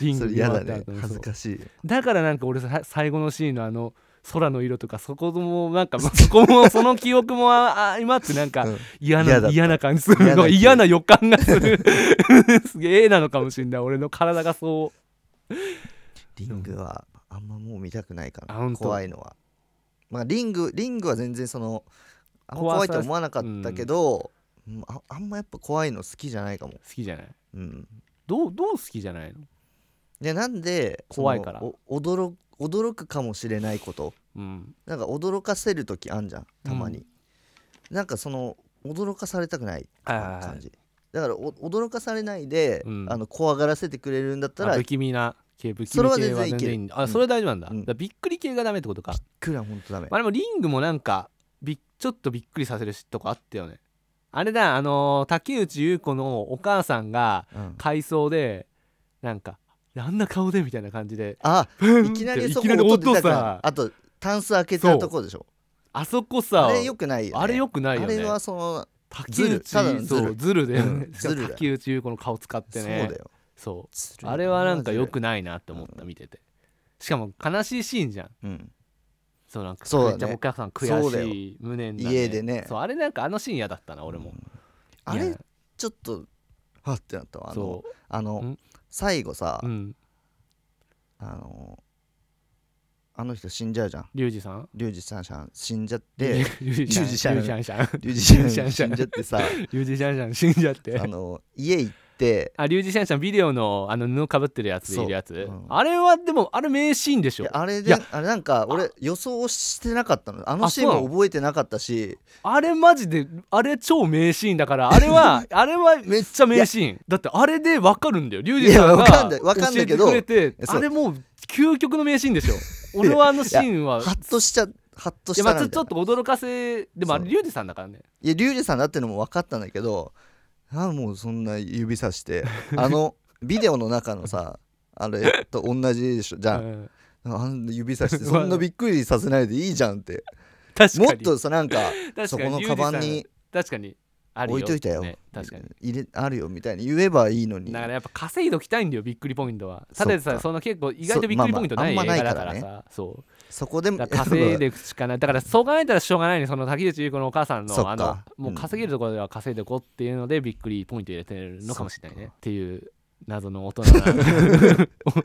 [SPEAKER 2] リン
[SPEAKER 1] それ
[SPEAKER 2] グに
[SPEAKER 1] 嫌
[SPEAKER 2] 回
[SPEAKER 1] だ
[SPEAKER 2] った
[SPEAKER 1] ね
[SPEAKER 2] 後の
[SPEAKER 1] 恥
[SPEAKER 2] そ
[SPEAKER 1] ず
[SPEAKER 2] う
[SPEAKER 1] かしい
[SPEAKER 2] だからなんか俺さ最後のシーンのあの空の色とかそこもなんかまあ そこもその記憶もああ今ってなんか
[SPEAKER 1] うん
[SPEAKER 2] 嫌
[SPEAKER 1] 嫌だっ
[SPEAKER 2] な
[SPEAKER 1] た
[SPEAKER 2] 嫌な感じする
[SPEAKER 1] 嫌な
[SPEAKER 2] の
[SPEAKER 1] 記憶
[SPEAKER 2] 嫌な予感がする すげえなのかもしんない俺の体がそう
[SPEAKER 1] リングはあんまもう見たくないか
[SPEAKER 2] あほ
[SPEAKER 1] なん
[SPEAKER 2] と
[SPEAKER 1] 怖いのはまあリングリングは全然そのあんま
[SPEAKER 2] 怖
[SPEAKER 1] 怖
[SPEAKER 2] さ
[SPEAKER 1] いと思わなかったけど、うんああんまやっぱ怖いの好きじゃないかも
[SPEAKER 2] 好きじゃない
[SPEAKER 1] うん
[SPEAKER 2] どうどう好きじゃないの
[SPEAKER 1] でなんでその
[SPEAKER 2] 怖いから
[SPEAKER 1] お驚驚くかもしれないこと
[SPEAKER 2] うん
[SPEAKER 1] なんか驚かせる時あんじゃんたまに、なんかその驚かされたくない
[SPEAKER 2] はいはいはい
[SPEAKER 1] 感じだからお驚かされないで、
[SPEAKER 2] うん
[SPEAKER 1] あの怖がらせてくれるんだった
[SPEAKER 2] あ
[SPEAKER 1] ら
[SPEAKER 2] 不
[SPEAKER 1] い
[SPEAKER 2] 気味な系不気
[SPEAKER 1] それは
[SPEAKER 2] 味系
[SPEAKER 1] 全
[SPEAKER 2] は
[SPEAKER 1] 然い
[SPEAKER 2] 全
[SPEAKER 1] ける
[SPEAKER 2] 然いいんだあ
[SPEAKER 1] うん
[SPEAKER 2] それ大丈夫なんだ,、
[SPEAKER 1] うん
[SPEAKER 2] だからびっくり系がダメってことか
[SPEAKER 1] くらほんとダメ
[SPEAKER 2] まあでもリングもなんかびちょっとびっくりさせるとこあったよねあれだあのー竹内結子のお母さんが
[SPEAKER 1] うん
[SPEAKER 2] 回想でなんかあんな顔でみたいな感じで
[SPEAKER 1] あいきな
[SPEAKER 2] って
[SPEAKER 1] りそこ
[SPEAKER 2] いきなり
[SPEAKER 1] 音出たか
[SPEAKER 2] 音さ
[SPEAKER 1] らあとタンス開けたとこでしょ
[SPEAKER 2] あそこさ
[SPEAKER 1] あれよくないよ、ね、
[SPEAKER 2] あれ良くないよ
[SPEAKER 1] あ
[SPEAKER 2] ね
[SPEAKER 1] れはその
[SPEAKER 2] 竹
[SPEAKER 1] ずる
[SPEAKER 2] 内
[SPEAKER 1] ただのずる
[SPEAKER 2] そうズルだよね、
[SPEAKER 1] うん
[SPEAKER 2] しかも
[SPEAKER 1] ずるだよ
[SPEAKER 2] 竹内結子の顔使って
[SPEAKER 1] そう
[SPEAKER 2] ね
[SPEAKER 1] だよ
[SPEAKER 2] そう
[SPEAKER 1] ずるい
[SPEAKER 2] あれはなんか良く
[SPEAKER 1] マ
[SPEAKER 2] ないなって思った見ててしかも悲しいシーンじゃん
[SPEAKER 1] ジでうん
[SPEAKER 2] そうなんか
[SPEAKER 1] そうだね
[SPEAKER 2] めっちゃお母さん
[SPEAKER 1] そうだ
[SPEAKER 2] 悔
[SPEAKER 1] よ
[SPEAKER 2] しい無念だ、ね、
[SPEAKER 1] 家でね
[SPEAKER 2] そうあれなんかあのシーン嫌だったな俺も、
[SPEAKER 1] うんあ
[SPEAKER 2] い
[SPEAKER 1] れ
[SPEAKER 2] や
[SPEAKER 1] ちょっとはってなったわあの
[SPEAKER 2] そ
[SPEAKER 1] あの
[SPEAKER 2] ん
[SPEAKER 1] 最後さ、
[SPEAKER 2] ううん
[SPEAKER 1] あのあの人死んじゃうじゃん
[SPEAKER 2] リュウジさん
[SPEAKER 1] リュウジシャンシャン死んじゃって
[SPEAKER 2] リュウジシャンリ
[SPEAKER 1] リ
[SPEAKER 2] ュ
[SPEAKER 1] ュウジシ
[SPEAKER 2] ウジシャンシャン
[SPEAKER 1] リュウジシ ャンシ
[SPEAKER 2] シャ
[SPEAKER 1] ャン
[SPEAKER 2] ンシ
[SPEAKER 1] 死
[SPEAKER 2] ャン
[SPEAKER 1] んじゃってさ
[SPEAKER 2] リュウジシャンシャン死んじゃって
[SPEAKER 1] あの家行って
[SPEAKER 2] あリュウジシャンシャンビデオのあの布かぶってるやつでいるやつ、
[SPEAKER 1] そううん
[SPEAKER 2] あれはでもあれ名シーンでし
[SPEAKER 1] い
[SPEAKER 2] ょ
[SPEAKER 1] やあれ
[SPEAKER 2] い
[SPEAKER 1] で
[SPEAKER 2] や
[SPEAKER 1] あれなんか俺予想してなかったのあのシーン
[SPEAKER 2] あそう
[SPEAKER 1] も
[SPEAKER 2] なの
[SPEAKER 1] 覚えてなかったし
[SPEAKER 2] あれマジであれ超名シーンだからあれは あれはめっちゃ名シーンだってあれで分かるんだよリュウジさん
[SPEAKER 1] いやわかん
[SPEAKER 2] が
[SPEAKER 1] ない
[SPEAKER 2] 教
[SPEAKER 1] わかんな
[SPEAKER 2] え
[SPEAKER 1] い
[SPEAKER 2] て
[SPEAKER 1] けど
[SPEAKER 2] くれて
[SPEAKER 1] そう
[SPEAKER 2] あれもう究極の名シーンでしょ俺はあのシーンは
[SPEAKER 1] ハッとしちゃハッと
[SPEAKER 2] いや
[SPEAKER 1] し
[SPEAKER 2] ま
[SPEAKER 1] たな
[SPEAKER 2] あちょ
[SPEAKER 1] み
[SPEAKER 2] ち
[SPEAKER 1] た
[SPEAKER 2] ょ
[SPEAKER 1] いな
[SPEAKER 2] っと驚かせでもあれ
[SPEAKER 1] そう
[SPEAKER 2] リュウジさんだからね
[SPEAKER 1] いやリュウジさんだってのも分かったんだけどあもうそんな指さして あのビデオの中のさあれと同じでしょじゃん
[SPEAKER 2] うん
[SPEAKER 1] あんな指さして そんなびっくりさせないでいいじゃんって
[SPEAKER 2] 確かに
[SPEAKER 1] もっとさなんか
[SPEAKER 2] 確かに
[SPEAKER 1] そこのカバン
[SPEAKER 2] リュウジ
[SPEAKER 1] に
[SPEAKER 2] さん確かにある
[SPEAKER 1] 置いといたよ
[SPEAKER 2] ね確かに
[SPEAKER 1] 入れあるよみたいに言えばいいのに
[SPEAKER 2] だからやっぱ稼いどきたいんだよびっくりポイントは
[SPEAKER 1] そ
[SPEAKER 2] た
[SPEAKER 1] っか
[SPEAKER 2] だでさえその結構意外とびっくりポイントな
[SPEAKER 1] そ
[SPEAKER 2] い
[SPEAKER 1] うまあまあ
[SPEAKER 2] 映画
[SPEAKER 1] あ
[SPEAKER 2] だ
[SPEAKER 1] んまな
[SPEAKER 2] から
[SPEAKER 1] いからね
[SPEAKER 2] さ そう
[SPEAKER 1] そこでも
[SPEAKER 2] だから稼い
[SPEAKER 1] やっ
[SPEAKER 2] でいくしかないだからそう考えたらしょうがないねその竹内結子のお母さん
[SPEAKER 1] そっ
[SPEAKER 2] の
[SPEAKER 1] か
[SPEAKER 2] あのもううん稼げるところでは稼いでこうっていうのでびっくりポイント入れてるのかもしれないね
[SPEAKER 1] そっ
[SPEAKER 2] っていう謎の大人な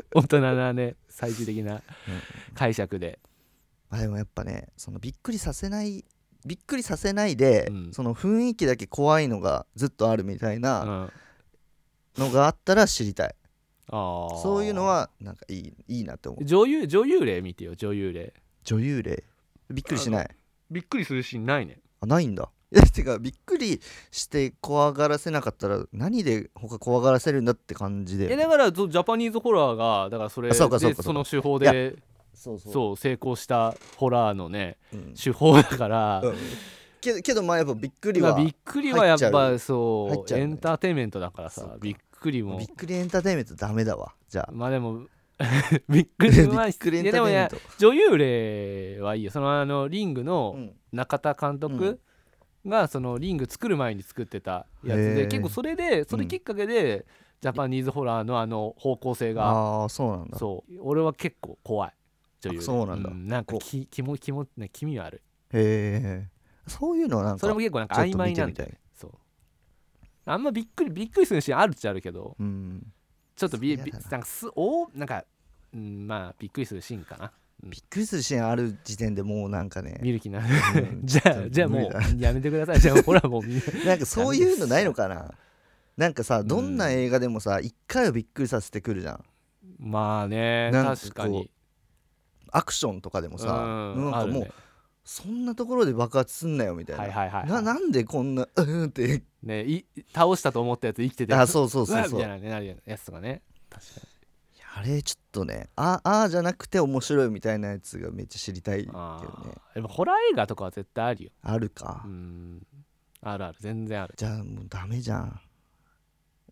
[SPEAKER 2] お大人なね最終的な解釈で
[SPEAKER 1] ぱあでもやっぱねそのびっくりさせないびっくりさせないで、
[SPEAKER 2] うん
[SPEAKER 1] その雰囲気だけ怖いのがずっとあるみたい
[SPEAKER 2] うん
[SPEAKER 1] な
[SPEAKER 2] あ
[SPEAKER 1] のがあったら知りたい、
[SPEAKER 2] ー
[SPEAKER 1] そういうのはなんかいいいいなって思う
[SPEAKER 2] 女優女優例見てよ女優例
[SPEAKER 1] 女優霊びっくりしない
[SPEAKER 2] びっくりするシーンないね
[SPEAKER 1] あないんだ えてかびっくりして怖がらせなかったら何で他怖がらせるんだって感じ
[SPEAKER 2] え
[SPEAKER 1] で
[SPEAKER 2] だからそうジャパニーズホラーがだからそれ
[SPEAKER 1] あ
[SPEAKER 2] で
[SPEAKER 1] そうか
[SPEAKER 2] そ
[SPEAKER 1] そうかそう
[SPEAKER 2] の
[SPEAKER 1] か
[SPEAKER 2] 手法で
[SPEAKER 1] そうそ
[SPEAKER 2] そう成功したホラーのね
[SPEAKER 1] うん
[SPEAKER 2] 手法だから、
[SPEAKER 1] うんけどけどまあやっぱびっくりは
[SPEAKER 2] まあびっくりはやっ
[SPEAKER 1] 入
[SPEAKER 2] ぱ
[SPEAKER 1] 入
[SPEAKER 2] そ
[SPEAKER 1] っ
[SPEAKER 2] う
[SPEAKER 1] ちゃう
[SPEAKER 2] エ
[SPEAKER 1] よね
[SPEAKER 2] ンターテインメントだから
[SPEAKER 1] そっ
[SPEAKER 2] さ
[SPEAKER 1] か
[SPEAKER 2] びっくり
[SPEAKER 1] び
[SPEAKER 2] も
[SPEAKER 1] っくりエンターテインメントダメだわじゃあ
[SPEAKER 2] まあでも ビック
[SPEAKER 1] ビ
[SPEAKER 2] リマン
[SPEAKER 1] ックリエ
[SPEAKER 2] い
[SPEAKER 1] ン
[SPEAKER 2] や
[SPEAKER 1] ター
[SPEAKER 2] でも
[SPEAKER 1] テイメン
[SPEAKER 2] ね
[SPEAKER 1] ト
[SPEAKER 2] 女優例はいいよそのあのリングの
[SPEAKER 1] うん
[SPEAKER 2] 中田監督がそのリング作る前に作ってたやつ
[SPEAKER 1] へ
[SPEAKER 2] で
[SPEAKER 1] ー
[SPEAKER 2] 結構それでそれきっかけでジャパニーズホラーのあの方向性が
[SPEAKER 1] ああそうなんだ
[SPEAKER 2] そう俺は結構怖い女優で
[SPEAKER 1] あそうなんだ
[SPEAKER 2] なんか
[SPEAKER 1] こう
[SPEAKER 2] き気も気もね気味悪
[SPEAKER 1] へえそういうのはなんか
[SPEAKER 2] それも結構なんか
[SPEAKER 1] ちょ
[SPEAKER 2] 曖
[SPEAKER 1] っと
[SPEAKER 2] 昧
[SPEAKER 1] 見
[SPEAKER 2] な
[SPEAKER 1] てみ
[SPEAKER 2] んだ
[SPEAKER 1] た
[SPEAKER 2] よ
[SPEAKER 1] い
[SPEAKER 2] ねそうあんまびっくりびっくりするシーンあるっちゃあるけど
[SPEAKER 1] うん
[SPEAKER 2] ちょっとび
[SPEAKER 1] そ
[SPEAKER 2] び
[SPEAKER 1] りゃだな
[SPEAKER 2] なんかすおなんか、うん、まあびっくりするシーンかな
[SPEAKER 1] びっくりするシーンある時点でもうなんかね
[SPEAKER 2] 見る気な
[SPEAKER 1] うん
[SPEAKER 2] じ
[SPEAKER 1] ちょっ
[SPEAKER 2] ゃあ
[SPEAKER 1] と
[SPEAKER 2] じゃあ
[SPEAKER 1] 無
[SPEAKER 2] も
[SPEAKER 1] 理だ
[SPEAKER 2] うやめてくださいじゃあほらもうみんな
[SPEAKER 1] なんかそういうのないのかななんかさどんな映画でもさ一回はびっくりさせてくるじゃん
[SPEAKER 2] まあね
[SPEAKER 1] なんかこう
[SPEAKER 2] 確かに
[SPEAKER 1] アクションとかでもさ
[SPEAKER 2] う
[SPEAKER 1] な
[SPEAKER 2] ん
[SPEAKER 1] ん
[SPEAKER 2] あ
[SPEAKER 1] か
[SPEAKER 2] るね
[SPEAKER 1] もうそんなところで爆発すんなよみたいな、
[SPEAKER 2] はいはいはいはい
[SPEAKER 1] ななんでこんな うんって
[SPEAKER 2] ねい倒したと思ったやつ生きてて
[SPEAKER 1] あそうそううそう
[SPEAKER 2] わ
[SPEAKER 1] そ
[SPEAKER 2] み
[SPEAKER 1] う
[SPEAKER 2] たいなねなるやつとかね確か
[SPEAKER 1] あれちょっとねああーじゃなくて面白いみたいなやつがめっちゃ知りたいけ
[SPEAKER 2] に
[SPEAKER 1] ど
[SPEAKER 2] ああ、
[SPEAKER 1] ね
[SPEAKER 2] でもホラー映画とかは絶対あるよ
[SPEAKER 1] あるか、
[SPEAKER 2] うんあるある全然ある
[SPEAKER 1] じゃあもうダメじゃん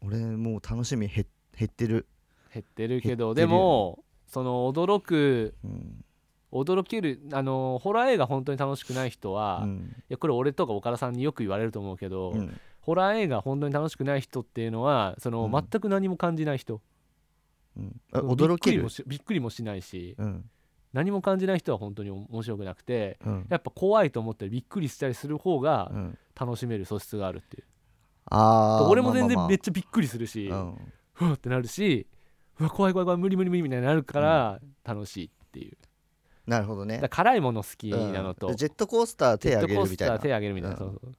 [SPEAKER 1] 俺もう楽しみ減減ってる、
[SPEAKER 2] 減ってるけ
[SPEAKER 1] 減
[SPEAKER 2] ど
[SPEAKER 1] ってる
[SPEAKER 2] で
[SPEAKER 1] よ
[SPEAKER 2] もその驚く
[SPEAKER 1] うん
[SPEAKER 2] 驚けるあのホラー映画本当に楽しくない人は、
[SPEAKER 1] う
[SPEAKER 2] い
[SPEAKER 1] ん
[SPEAKER 2] やこれ俺とか岡田さんによく言われると思うけど、
[SPEAKER 1] うん
[SPEAKER 2] ホラー映画本当に楽しくない人っていうのはその、
[SPEAKER 1] うん
[SPEAKER 2] 全く何も感じない人
[SPEAKER 1] うんあ驚け
[SPEAKER 2] びっくり
[SPEAKER 1] る
[SPEAKER 2] もしびっくりもしないし
[SPEAKER 1] うん
[SPEAKER 2] 何も感じない人は本当に面白くなくて
[SPEAKER 1] うん
[SPEAKER 2] やっぱ怖いと思ったりびっくりしたりする方が
[SPEAKER 1] うん
[SPEAKER 2] 楽しめる素質があるっていう、
[SPEAKER 1] あー
[SPEAKER 2] 俺も全
[SPEAKER 1] まあ
[SPEAKER 2] 然
[SPEAKER 1] ま
[SPEAKER 2] めっちゃびっくりするし、
[SPEAKER 1] あまあうん
[SPEAKER 2] ふわってなるしうわ怖い怖い怖い無理無理無理みたいになるから楽しいっていう、
[SPEAKER 1] なるほどね
[SPEAKER 2] だから辛いもの好き
[SPEAKER 1] うん
[SPEAKER 2] なのと、
[SPEAKER 1] ジェットコースター手あげるみたい
[SPEAKER 2] ジェットコースター
[SPEAKER 1] な
[SPEAKER 2] 手あげるみたいな、
[SPEAKER 1] うん
[SPEAKER 2] そうそう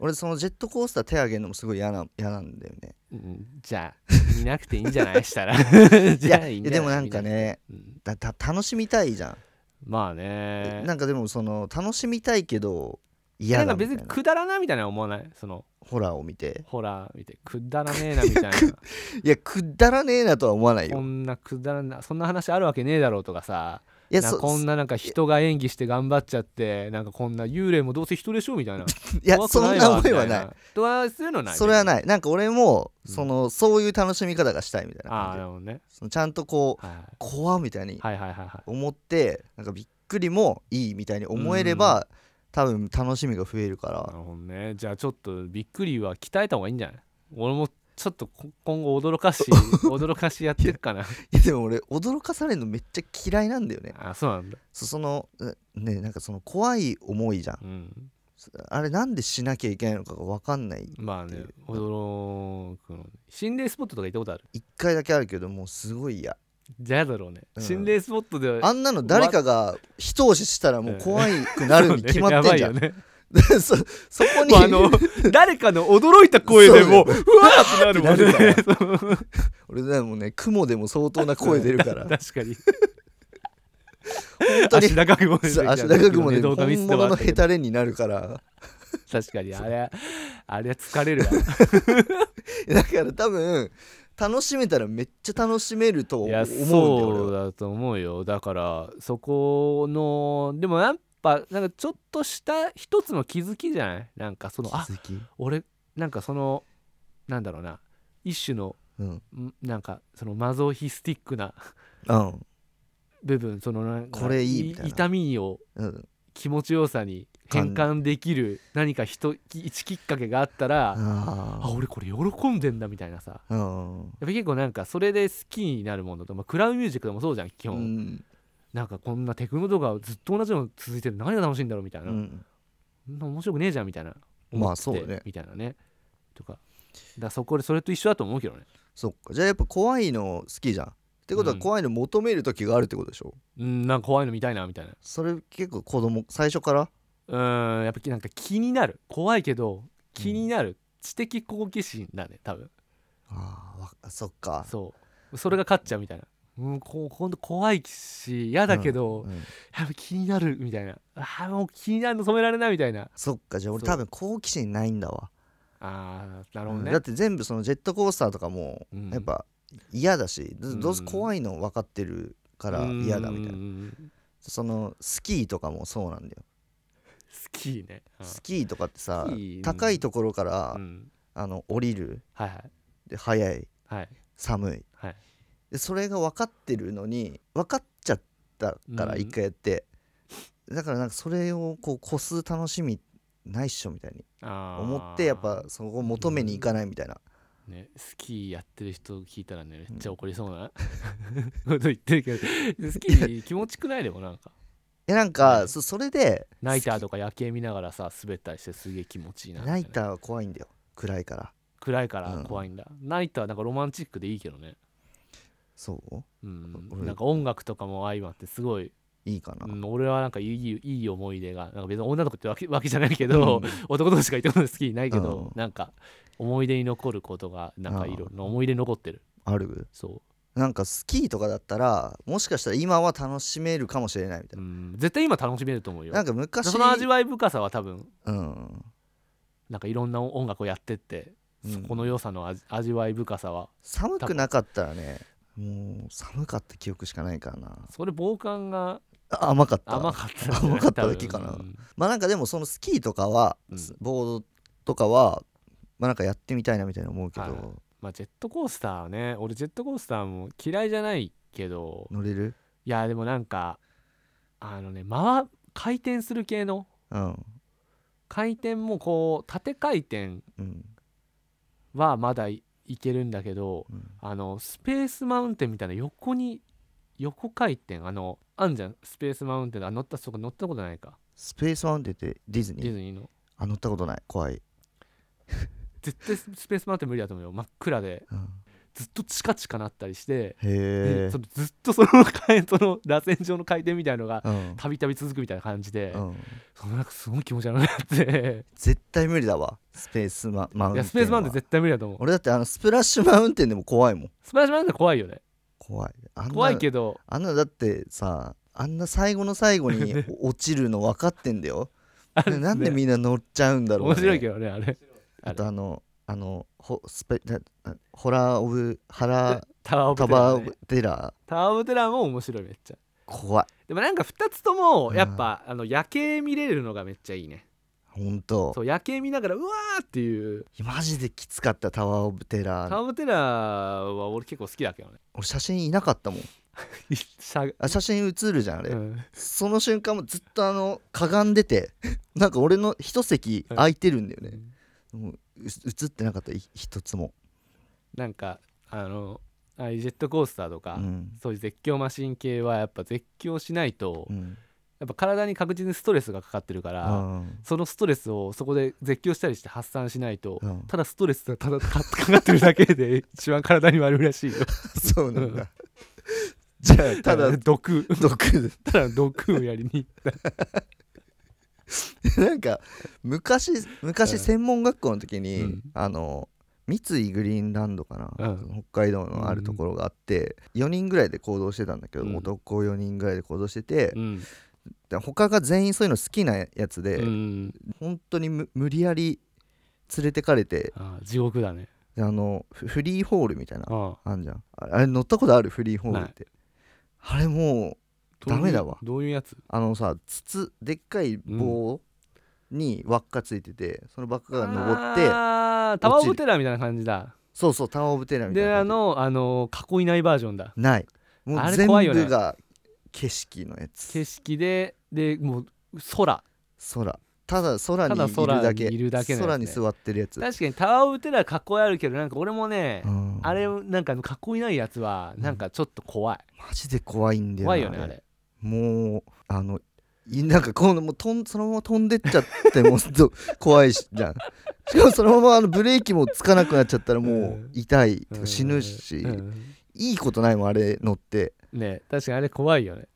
[SPEAKER 1] 俺そのジェットコースター手あげるのもすごい嫌な嫌なんだよね
[SPEAKER 2] うんじゃあ見なくていいんじ ゃないしたらじゃあいい
[SPEAKER 1] い
[SPEAKER 2] ん
[SPEAKER 1] や
[SPEAKER 2] じ
[SPEAKER 1] で
[SPEAKER 2] ゃ
[SPEAKER 1] も
[SPEAKER 2] い
[SPEAKER 1] なんか、ね
[SPEAKER 2] 見なくてうん
[SPEAKER 1] だだ楽しみたいじゃん、
[SPEAKER 2] まあね
[SPEAKER 1] なんかでもその楽しみたいけど
[SPEAKER 2] な
[SPEAKER 1] 嫌
[SPEAKER 2] ん
[SPEAKER 1] だ
[SPEAKER 2] か
[SPEAKER 1] み
[SPEAKER 2] 別
[SPEAKER 1] たい
[SPEAKER 2] に
[SPEAKER 1] な
[SPEAKER 2] くだらなみたいなのは思わないその
[SPEAKER 1] ホラーを見て
[SPEAKER 2] ホラー見てくだらねえな みたいな
[SPEAKER 1] いやくだらねえなとは思わない
[SPEAKER 2] こ
[SPEAKER 1] よ
[SPEAKER 2] んなくだらなそんな話あるわけねえだろうとかさ
[SPEAKER 1] いや
[SPEAKER 2] な
[SPEAKER 1] そ
[SPEAKER 2] こんななんか人が演技して頑張っちゃってなんかこんな幽霊もどうせ人でしょみたいない
[SPEAKER 1] いや
[SPEAKER 2] 怖く
[SPEAKER 1] そん
[SPEAKER 2] わ
[SPEAKER 1] な思いは
[SPEAKER 2] み
[SPEAKER 1] な
[SPEAKER 2] た
[SPEAKER 1] い
[SPEAKER 2] とかそういうのない
[SPEAKER 1] それはいないなんか俺も
[SPEAKER 2] うん
[SPEAKER 1] その、そういう楽しみ方がしたいみたいな感
[SPEAKER 2] ああな
[SPEAKER 1] じ
[SPEAKER 2] るほどね、
[SPEAKER 1] そのちゃんとこう
[SPEAKER 2] はい
[SPEAKER 1] 怖みたいに
[SPEAKER 2] はい、はいはいはいはい
[SPEAKER 1] 思ってなんかびっくりもいいみたいに思えれば多分楽しみが増えるから
[SPEAKER 2] なるほどねじゃあちょっとびっくりは鍛えた方がいいんじゃない俺もちょっとこ今後 驚かし驚かしやってくかない
[SPEAKER 1] やでも俺驚かされるのめっちゃ嫌いなんだよね
[SPEAKER 2] あそうなんだ
[SPEAKER 1] そそのうねなんかその怖い思いじゃん
[SPEAKER 2] うん
[SPEAKER 1] あれなんでしなきゃいけないのかが分かんない
[SPEAKER 2] まあね驚くの心霊スポットとか行ったことある
[SPEAKER 1] 一回だけあるけどもうすごい嫌
[SPEAKER 2] じゃあだろうね、
[SPEAKER 1] うん
[SPEAKER 2] 心霊スポットで
[SPEAKER 1] あんなの誰かが一押ししたらもう怖くなるに決まってんじゃん、
[SPEAKER 2] そう ねやばいよね
[SPEAKER 1] そそこに
[SPEAKER 2] もうあの誰かの驚いた声でもううわーってなる もん
[SPEAKER 1] な
[SPEAKER 2] ね
[SPEAKER 1] る俺でもね雲でも相当な声出るから本
[SPEAKER 2] 確かに
[SPEAKER 1] 当に
[SPEAKER 2] 足高くも出てき
[SPEAKER 1] そう
[SPEAKER 2] た
[SPEAKER 1] 足高くもね
[SPEAKER 2] 動画見せ
[SPEAKER 1] 本
[SPEAKER 2] ても
[SPEAKER 1] 物
[SPEAKER 2] ら
[SPEAKER 1] の
[SPEAKER 2] ったけ
[SPEAKER 1] ヘ
[SPEAKER 2] ど
[SPEAKER 1] タレになるから
[SPEAKER 2] 確かにあれあれは疲れるわ
[SPEAKER 1] だから多分楽しめたらめっちゃ楽しめると思うん
[SPEAKER 2] い
[SPEAKER 1] だ
[SPEAKER 2] や
[SPEAKER 1] よ俺
[SPEAKER 2] そう
[SPEAKER 1] は
[SPEAKER 2] だと思うよだからそこのでもやっぱなんかちょっとした一つの気づきじゃないなんかそのあ
[SPEAKER 1] 気づき
[SPEAKER 2] 俺なんかそのなんだろうな一種の
[SPEAKER 1] うん、
[SPEAKER 2] んなんかそのマゾヒスティックな
[SPEAKER 1] うん
[SPEAKER 2] 部分そのなんか
[SPEAKER 1] これいいみたいな
[SPEAKER 2] 痛みを
[SPEAKER 1] うん
[SPEAKER 2] 気持ちよさに変換できる何か人一きっかけがあったら、あ
[SPEAKER 1] あ
[SPEAKER 2] 俺これ喜んでんだみたいなさ
[SPEAKER 1] あ
[SPEAKER 2] や
[SPEAKER 1] うん
[SPEAKER 2] っぱ結構なんかそれで好きになるものと、まあ、クラウンミュージックでもそうじゃん基
[SPEAKER 1] う
[SPEAKER 2] 本、
[SPEAKER 1] ん
[SPEAKER 2] なんかこんなテクノとかずっと同じの続いてる何が楽しいんだろうみたいな、
[SPEAKER 1] う
[SPEAKER 2] そん、
[SPEAKER 1] ん
[SPEAKER 2] な面白くねえじゃんみたいな
[SPEAKER 1] まあそうだね
[SPEAKER 2] 思ってみたいなねとかだからそこでそれと一緒だと思うけどね
[SPEAKER 1] そっかじゃあやっぱ怖いの好きじゃんってことは
[SPEAKER 2] うん
[SPEAKER 1] 怖いの求める時があるってことでしょ、
[SPEAKER 2] うんなんか怖いの見たいなみたいな
[SPEAKER 1] それ結構子供最初から
[SPEAKER 2] うんやっぱなんか気になる怖いけど気になる、知的好奇心だね多分
[SPEAKER 1] あーわそっか
[SPEAKER 2] そうそれが勝っちゃうみたいなうんこほんと怖いし嫌だけど、
[SPEAKER 1] うん
[SPEAKER 2] やっぱ気になるみたいなあーもう気になるの止められないみたいな
[SPEAKER 1] そっかじゃあ俺
[SPEAKER 2] そう
[SPEAKER 1] 多分好奇心ないんだわ、
[SPEAKER 2] あーなるほ
[SPEAKER 1] う
[SPEAKER 2] ど
[SPEAKER 1] ん
[SPEAKER 2] ね、
[SPEAKER 1] だって全部そのジェットコースターとかも
[SPEAKER 2] うん
[SPEAKER 1] やっぱ嫌だし、ど
[SPEAKER 2] うん
[SPEAKER 1] どうせ怖いの分かってるから嫌だみたいな、
[SPEAKER 2] な
[SPEAKER 1] そのスキーとかもそうなんだよ、
[SPEAKER 2] スキーね、うん
[SPEAKER 1] スキーとかってさ
[SPEAKER 2] スキー
[SPEAKER 1] 高いところから、
[SPEAKER 2] うん
[SPEAKER 1] あの降りる
[SPEAKER 2] はいはい
[SPEAKER 1] で速い
[SPEAKER 2] はい
[SPEAKER 1] 寒い
[SPEAKER 2] はい
[SPEAKER 1] でそれが分かってるのに分かっちゃったから
[SPEAKER 2] うん
[SPEAKER 1] 一回やって、だからなんかそれをこう越す楽しみないっしょみたいに
[SPEAKER 2] あー
[SPEAKER 1] 思ってやっぱそこを求めに行かないみたいな、
[SPEAKER 2] ね、スキーやってる人聞いたらねめっちゃ怒りそうな こと言ってるけどスキー気持ちくないでもなんか
[SPEAKER 1] えなん
[SPEAKER 2] は
[SPEAKER 1] か
[SPEAKER 2] い
[SPEAKER 1] そそれで
[SPEAKER 2] ナイターとか夜景見ながらさ滑ったりしてすげえ気持ちいいなみたいな
[SPEAKER 1] ナイターは怖いんだよ暗いから
[SPEAKER 2] 暗いから怖いんだ、ナイターなんかロマンチックでいいけどね
[SPEAKER 1] そう
[SPEAKER 2] うん
[SPEAKER 1] 俺
[SPEAKER 2] なんか音楽とかも相まってすごい、
[SPEAKER 1] いいかな、
[SPEAKER 2] うん、俺はなんかいいいい思い出がなんか別に女の子ってわけ わけじゃないけど、男同士がいても好きにないけど、
[SPEAKER 1] うん
[SPEAKER 2] なんか思い出に残ることがなんかいろいろな思い出に残ってる
[SPEAKER 1] ある
[SPEAKER 2] そ
[SPEAKER 1] なんかスキーとかだったらもしかしたら今は楽しめるかもしれないみた
[SPEAKER 2] う、
[SPEAKER 1] いうな、
[SPEAKER 2] ん、絶対今楽しめると思うよ
[SPEAKER 1] なんか昔
[SPEAKER 2] その味わい深さは多分
[SPEAKER 1] うん、
[SPEAKER 2] なんかいろんな音楽をやってって、
[SPEAKER 1] うん
[SPEAKER 2] そこの良さの味味わい深さは
[SPEAKER 1] 寒くなかったらねもう寒かった記憶しかないからな
[SPEAKER 2] それ傍観が
[SPEAKER 1] あ甘かった
[SPEAKER 2] 甘かったんじゃない
[SPEAKER 1] 甘かっただけかな
[SPEAKER 2] 多分
[SPEAKER 1] まあなんかでもそのスキーとかは、
[SPEAKER 2] うん
[SPEAKER 1] ボードとかはまあなんかやってみたいなみたいな思うけど、
[SPEAKER 2] はいまあ、ジェットコースターね俺ジェットコースターも嫌いじゃないけど
[SPEAKER 1] 乗れる
[SPEAKER 2] いやでもなんかあのね回回転する系の
[SPEAKER 1] うん
[SPEAKER 2] 回転もこう縦回転
[SPEAKER 1] うん
[SPEAKER 2] はまだいいけるんだけど
[SPEAKER 1] うん
[SPEAKER 2] あのスペースマウンテンみたいな横に横回転あのあんじゃんスペースマウンテンあ乗ったそこ乗ったことないか
[SPEAKER 1] スペースマウンテンってディズニ
[SPEAKER 2] ディ
[SPEAKER 1] ー
[SPEAKER 2] ズニーの
[SPEAKER 1] あ乗ったことない怖い、
[SPEAKER 2] 絶対ススペースマウンテン無理だと思うよ真っ暗で
[SPEAKER 1] うん
[SPEAKER 2] ずっとチカチカなったりして、
[SPEAKER 1] へえ
[SPEAKER 2] でそのずっとその 回その螺旋状の回転みたいのが
[SPEAKER 1] うん
[SPEAKER 2] たびたび続くみたいな感じで、
[SPEAKER 1] うん、
[SPEAKER 2] そのなんかすごい気持ち悪くなって
[SPEAKER 1] 絶対無理だわスペースママウンテン
[SPEAKER 2] いや
[SPEAKER 1] は
[SPEAKER 2] スペースマウンテン絶対無理だと思う
[SPEAKER 1] 俺だってあのスプラッシュマウンテンでも怖いもん
[SPEAKER 2] スプラッシュマウンテン怖いよね
[SPEAKER 1] 怖いあんな
[SPEAKER 2] 怖いけど
[SPEAKER 1] あんなだってさあんな最後の最後 に落ちるの分かってんだよ
[SPEAKER 2] あれ
[SPEAKER 1] ななんでみんな乗っちゃうんだろう、ね、
[SPEAKER 2] 面白いけどねあれ
[SPEAKER 1] あとあのあのホスペななホラー・オブ・ハラ
[SPEAKER 2] タワー
[SPEAKER 1] ー・
[SPEAKER 2] オブテ
[SPEAKER 1] タ
[SPEAKER 2] ラ
[SPEAKER 1] バ
[SPEAKER 2] ー
[SPEAKER 1] ー・
[SPEAKER 2] ね、
[SPEAKER 1] オブ・テラー
[SPEAKER 2] タワーオブテラーも面白いめっちゃ
[SPEAKER 1] 怖い
[SPEAKER 2] でもなんか2つともやっぱ、あの夜景見れるのがめっちゃいいね
[SPEAKER 1] ほんと
[SPEAKER 2] そう夜景見ながらうわーっていう
[SPEAKER 1] マジできつかったタワー・オブ・テ
[SPEAKER 2] タ
[SPEAKER 1] ラ
[SPEAKER 2] ワ
[SPEAKER 1] ー
[SPEAKER 2] ーオブテラーは俺結構好きだけど ね
[SPEAKER 1] 俺写真いなかったもん
[SPEAKER 2] しゃが
[SPEAKER 1] あ写真写るじゃんあれ、
[SPEAKER 2] うん
[SPEAKER 1] その瞬間もずっとあのかがんでて なんか俺の一席空いてるんだよね、もうう写ってなかったい一つも、
[SPEAKER 2] なんかあのああいうジェットコースターとか、
[SPEAKER 1] うん
[SPEAKER 2] そういう絶叫マシン系はやっぱ絶叫しないと、
[SPEAKER 1] うん
[SPEAKER 2] やっぱ体に確実にストレスがかかってるから、
[SPEAKER 1] うん
[SPEAKER 2] そのストレスをそこで絶叫したりして発散しないと、
[SPEAKER 1] うん
[SPEAKER 2] ただストレスがただかかかってるだけで一番体に悪いらしいよ
[SPEAKER 1] そうなん
[SPEAKER 2] うん
[SPEAKER 1] だ。じゃ あ、ただ、
[SPEAKER 2] 毒
[SPEAKER 1] 毒、
[SPEAKER 2] ただ毒をやりに
[SPEAKER 1] なんか、昔、昔、専門学校の時に、
[SPEAKER 2] うん
[SPEAKER 1] あの、三井グリーンランドかな、
[SPEAKER 2] うん
[SPEAKER 1] 北海道のあるところがあって、4人ぐらいで行動してたんだけど、
[SPEAKER 2] うん
[SPEAKER 1] 男4人ぐらいで行動してて、
[SPEAKER 2] うん、
[SPEAKER 1] で他が全員そういうの好きなやつで、
[SPEAKER 2] うん、
[SPEAKER 1] 本当にむ無理やり連れてかれて
[SPEAKER 2] ああ地獄だね
[SPEAKER 1] であのフフリーホールみたいな
[SPEAKER 2] ああ
[SPEAKER 1] あんじゃんあれあれ乗ったことあるフリーホールってあれもうダメだわ
[SPEAKER 2] どういうどういうやつ
[SPEAKER 1] あのさ筒でっかい棒に輪っかついてて、その輪っかが登って
[SPEAKER 2] ああタワーオブテラーみたいな感じだ
[SPEAKER 1] そうそうタワー・オブ・テラーみたい
[SPEAKER 2] で
[SPEAKER 1] な
[SPEAKER 2] あ
[SPEAKER 1] 感じ
[SPEAKER 2] のあの囲いないバージョンだ
[SPEAKER 1] ないも
[SPEAKER 2] あ
[SPEAKER 1] う
[SPEAKER 2] れ
[SPEAKER 1] 全
[SPEAKER 2] 怖いよね
[SPEAKER 1] 部が景色のやつ
[SPEAKER 2] 景色ででもう空
[SPEAKER 1] 空ただ空に
[SPEAKER 2] ただ空に
[SPEAKER 1] い
[SPEAKER 2] い
[SPEAKER 1] る
[SPEAKER 2] る
[SPEAKER 1] だ
[SPEAKER 2] だ
[SPEAKER 1] け
[SPEAKER 2] けのやつね
[SPEAKER 1] 空に座ってるやつ、
[SPEAKER 2] 確かにタワーオブテラー囲いあるけどなんか俺もね、
[SPEAKER 1] うん
[SPEAKER 2] あれなんか囲いないやつはなんかちょっと怖い、
[SPEAKER 1] マジで怖いんだよな
[SPEAKER 2] 怖いよねあれ
[SPEAKER 1] もうあのいなんかこのもうとんそのまま飛んでっちゃって もうど怖いしじゃんしかもそのままあのブレーキもつかなくなっちゃったらもう痛い、てか死ぬし、
[SPEAKER 2] うん
[SPEAKER 1] いいことないもんあれ乗って
[SPEAKER 2] ね確かにあれ怖いよね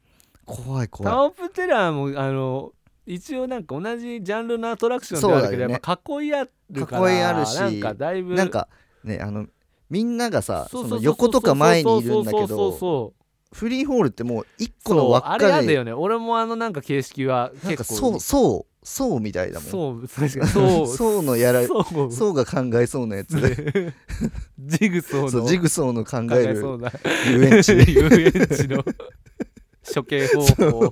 [SPEAKER 1] 怖い
[SPEAKER 2] タ
[SPEAKER 1] 怖い
[SPEAKER 2] ワーオブテラーもあの一応なんか同じジャンルのアトラクションではあるけ
[SPEAKER 1] そうだ
[SPEAKER 2] ど、
[SPEAKER 1] よね
[SPEAKER 2] やっぱ囲いあるから
[SPEAKER 1] 囲いあるし
[SPEAKER 2] なんかだいぶ
[SPEAKER 1] なんかねあのみんながさ
[SPEAKER 2] そう
[SPEAKER 1] そ
[SPEAKER 2] そうそう
[SPEAKER 1] の横とか前にいるんだけ
[SPEAKER 2] そうそうそう
[SPEAKER 1] ど
[SPEAKER 2] そう
[SPEAKER 1] フリーホールってもう一個の
[SPEAKER 2] そう
[SPEAKER 1] 輪
[SPEAKER 2] あ
[SPEAKER 1] っ
[SPEAKER 2] れ
[SPEAKER 1] か
[SPEAKER 2] やだ
[SPEAKER 1] で
[SPEAKER 2] よね俺もあのなんか形式は
[SPEAKER 1] なんか
[SPEAKER 2] 結構
[SPEAKER 1] そうそうそうみたいだもんそう
[SPEAKER 2] そう確かにそう
[SPEAKER 1] そうのやら
[SPEAKER 2] そう
[SPEAKER 1] が考えそうなやつで
[SPEAKER 2] ねジグソーの
[SPEAKER 1] そうジグソーの考
[SPEAKER 2] 考
[SPEAKER 1] え
[SPEAKER 2] え
[SPEAKER 1] る
[SPEAKER 2] そうな
[SPEAKER 1] 遊園地
[SPEAKER 2] 遊園 地の処刑方法い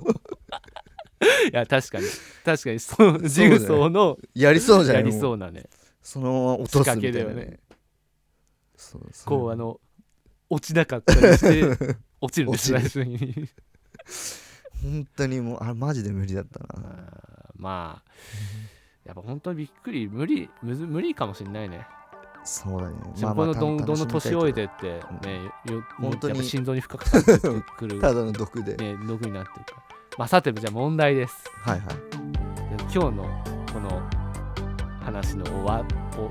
[SPEAKER 2] や確かに確かにそうジグソーの
[SPEAKER 1] やりそうじゃな
[SPEAKER 2] や
[SPEAKER 1] い
[SPEAKER 2] り
[SPEAKER 1] も
[SPEAKER 2] そううなね
[SPEAKER 1] そのまま落とすみたいな
[SPEAKER 2] 仕掛けだよ
[SPEAKER 1] ねそうそう
[SPEAKER 2] こうあの落ちなかったりして 落ちるんです
[SPEAKER 1] 落
[SPEAKER 2] 最終的 に
[SPEAKER 1] 本当にもうあれマジで無理だった
[SPEAKER 2] あ
[SPEAKER 1] な
[SPEAKER 2] ーまあやっぱ本当にびっくり無理むず無理かもしれないね
[SPEAKER 1] そうだね
[SPEAKER 2] 自分の
[SPEAKER 1] た
[SPEAKER 2] どんどんど
[SPEAKER 1] 楽
[SPEAKER 2] ん
[SPEAKER 1] しみ
[SPEAKER 2] 年
[SPEAKER 1] た
[SPEAKER 2] 老い
[SPEAKER 1] け
[SPEAKER 2] てってねよ
[SPEAKER 1] 本当に
[SPEAKER 2] やっぱ心臓に負荷かかってくる
[SPEAKER 1] ど ただの毒で、
[SPEAKER 2] ね毒になってるからまあさてじゃあ問題です
[SPEAKER 1] はいはい
[SPEAKER 2] 今日のこの話のおわ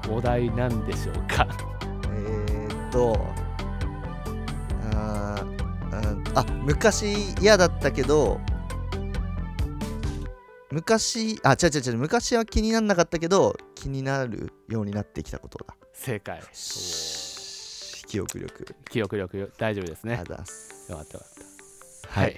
[SPEAKER 2] おお題なんでしょうか
[SPEAKER 1] えー、っとあーああ昔嫌だったけど昔あ違う違う違う昔は気になんなかったけど気になるようになってきたことだ
[SPEAKER 2] 正解
[SPEAKER 1] 記憶力
[SPEAKER 2] 記憶力よ大丈夫です
[SPEAKER 1] あり
[SPEAKER 2] ね
[SPEAKER 1] がとうございます
[SPEAKER 2] よかったよかった
[SPEAKER 1] はい、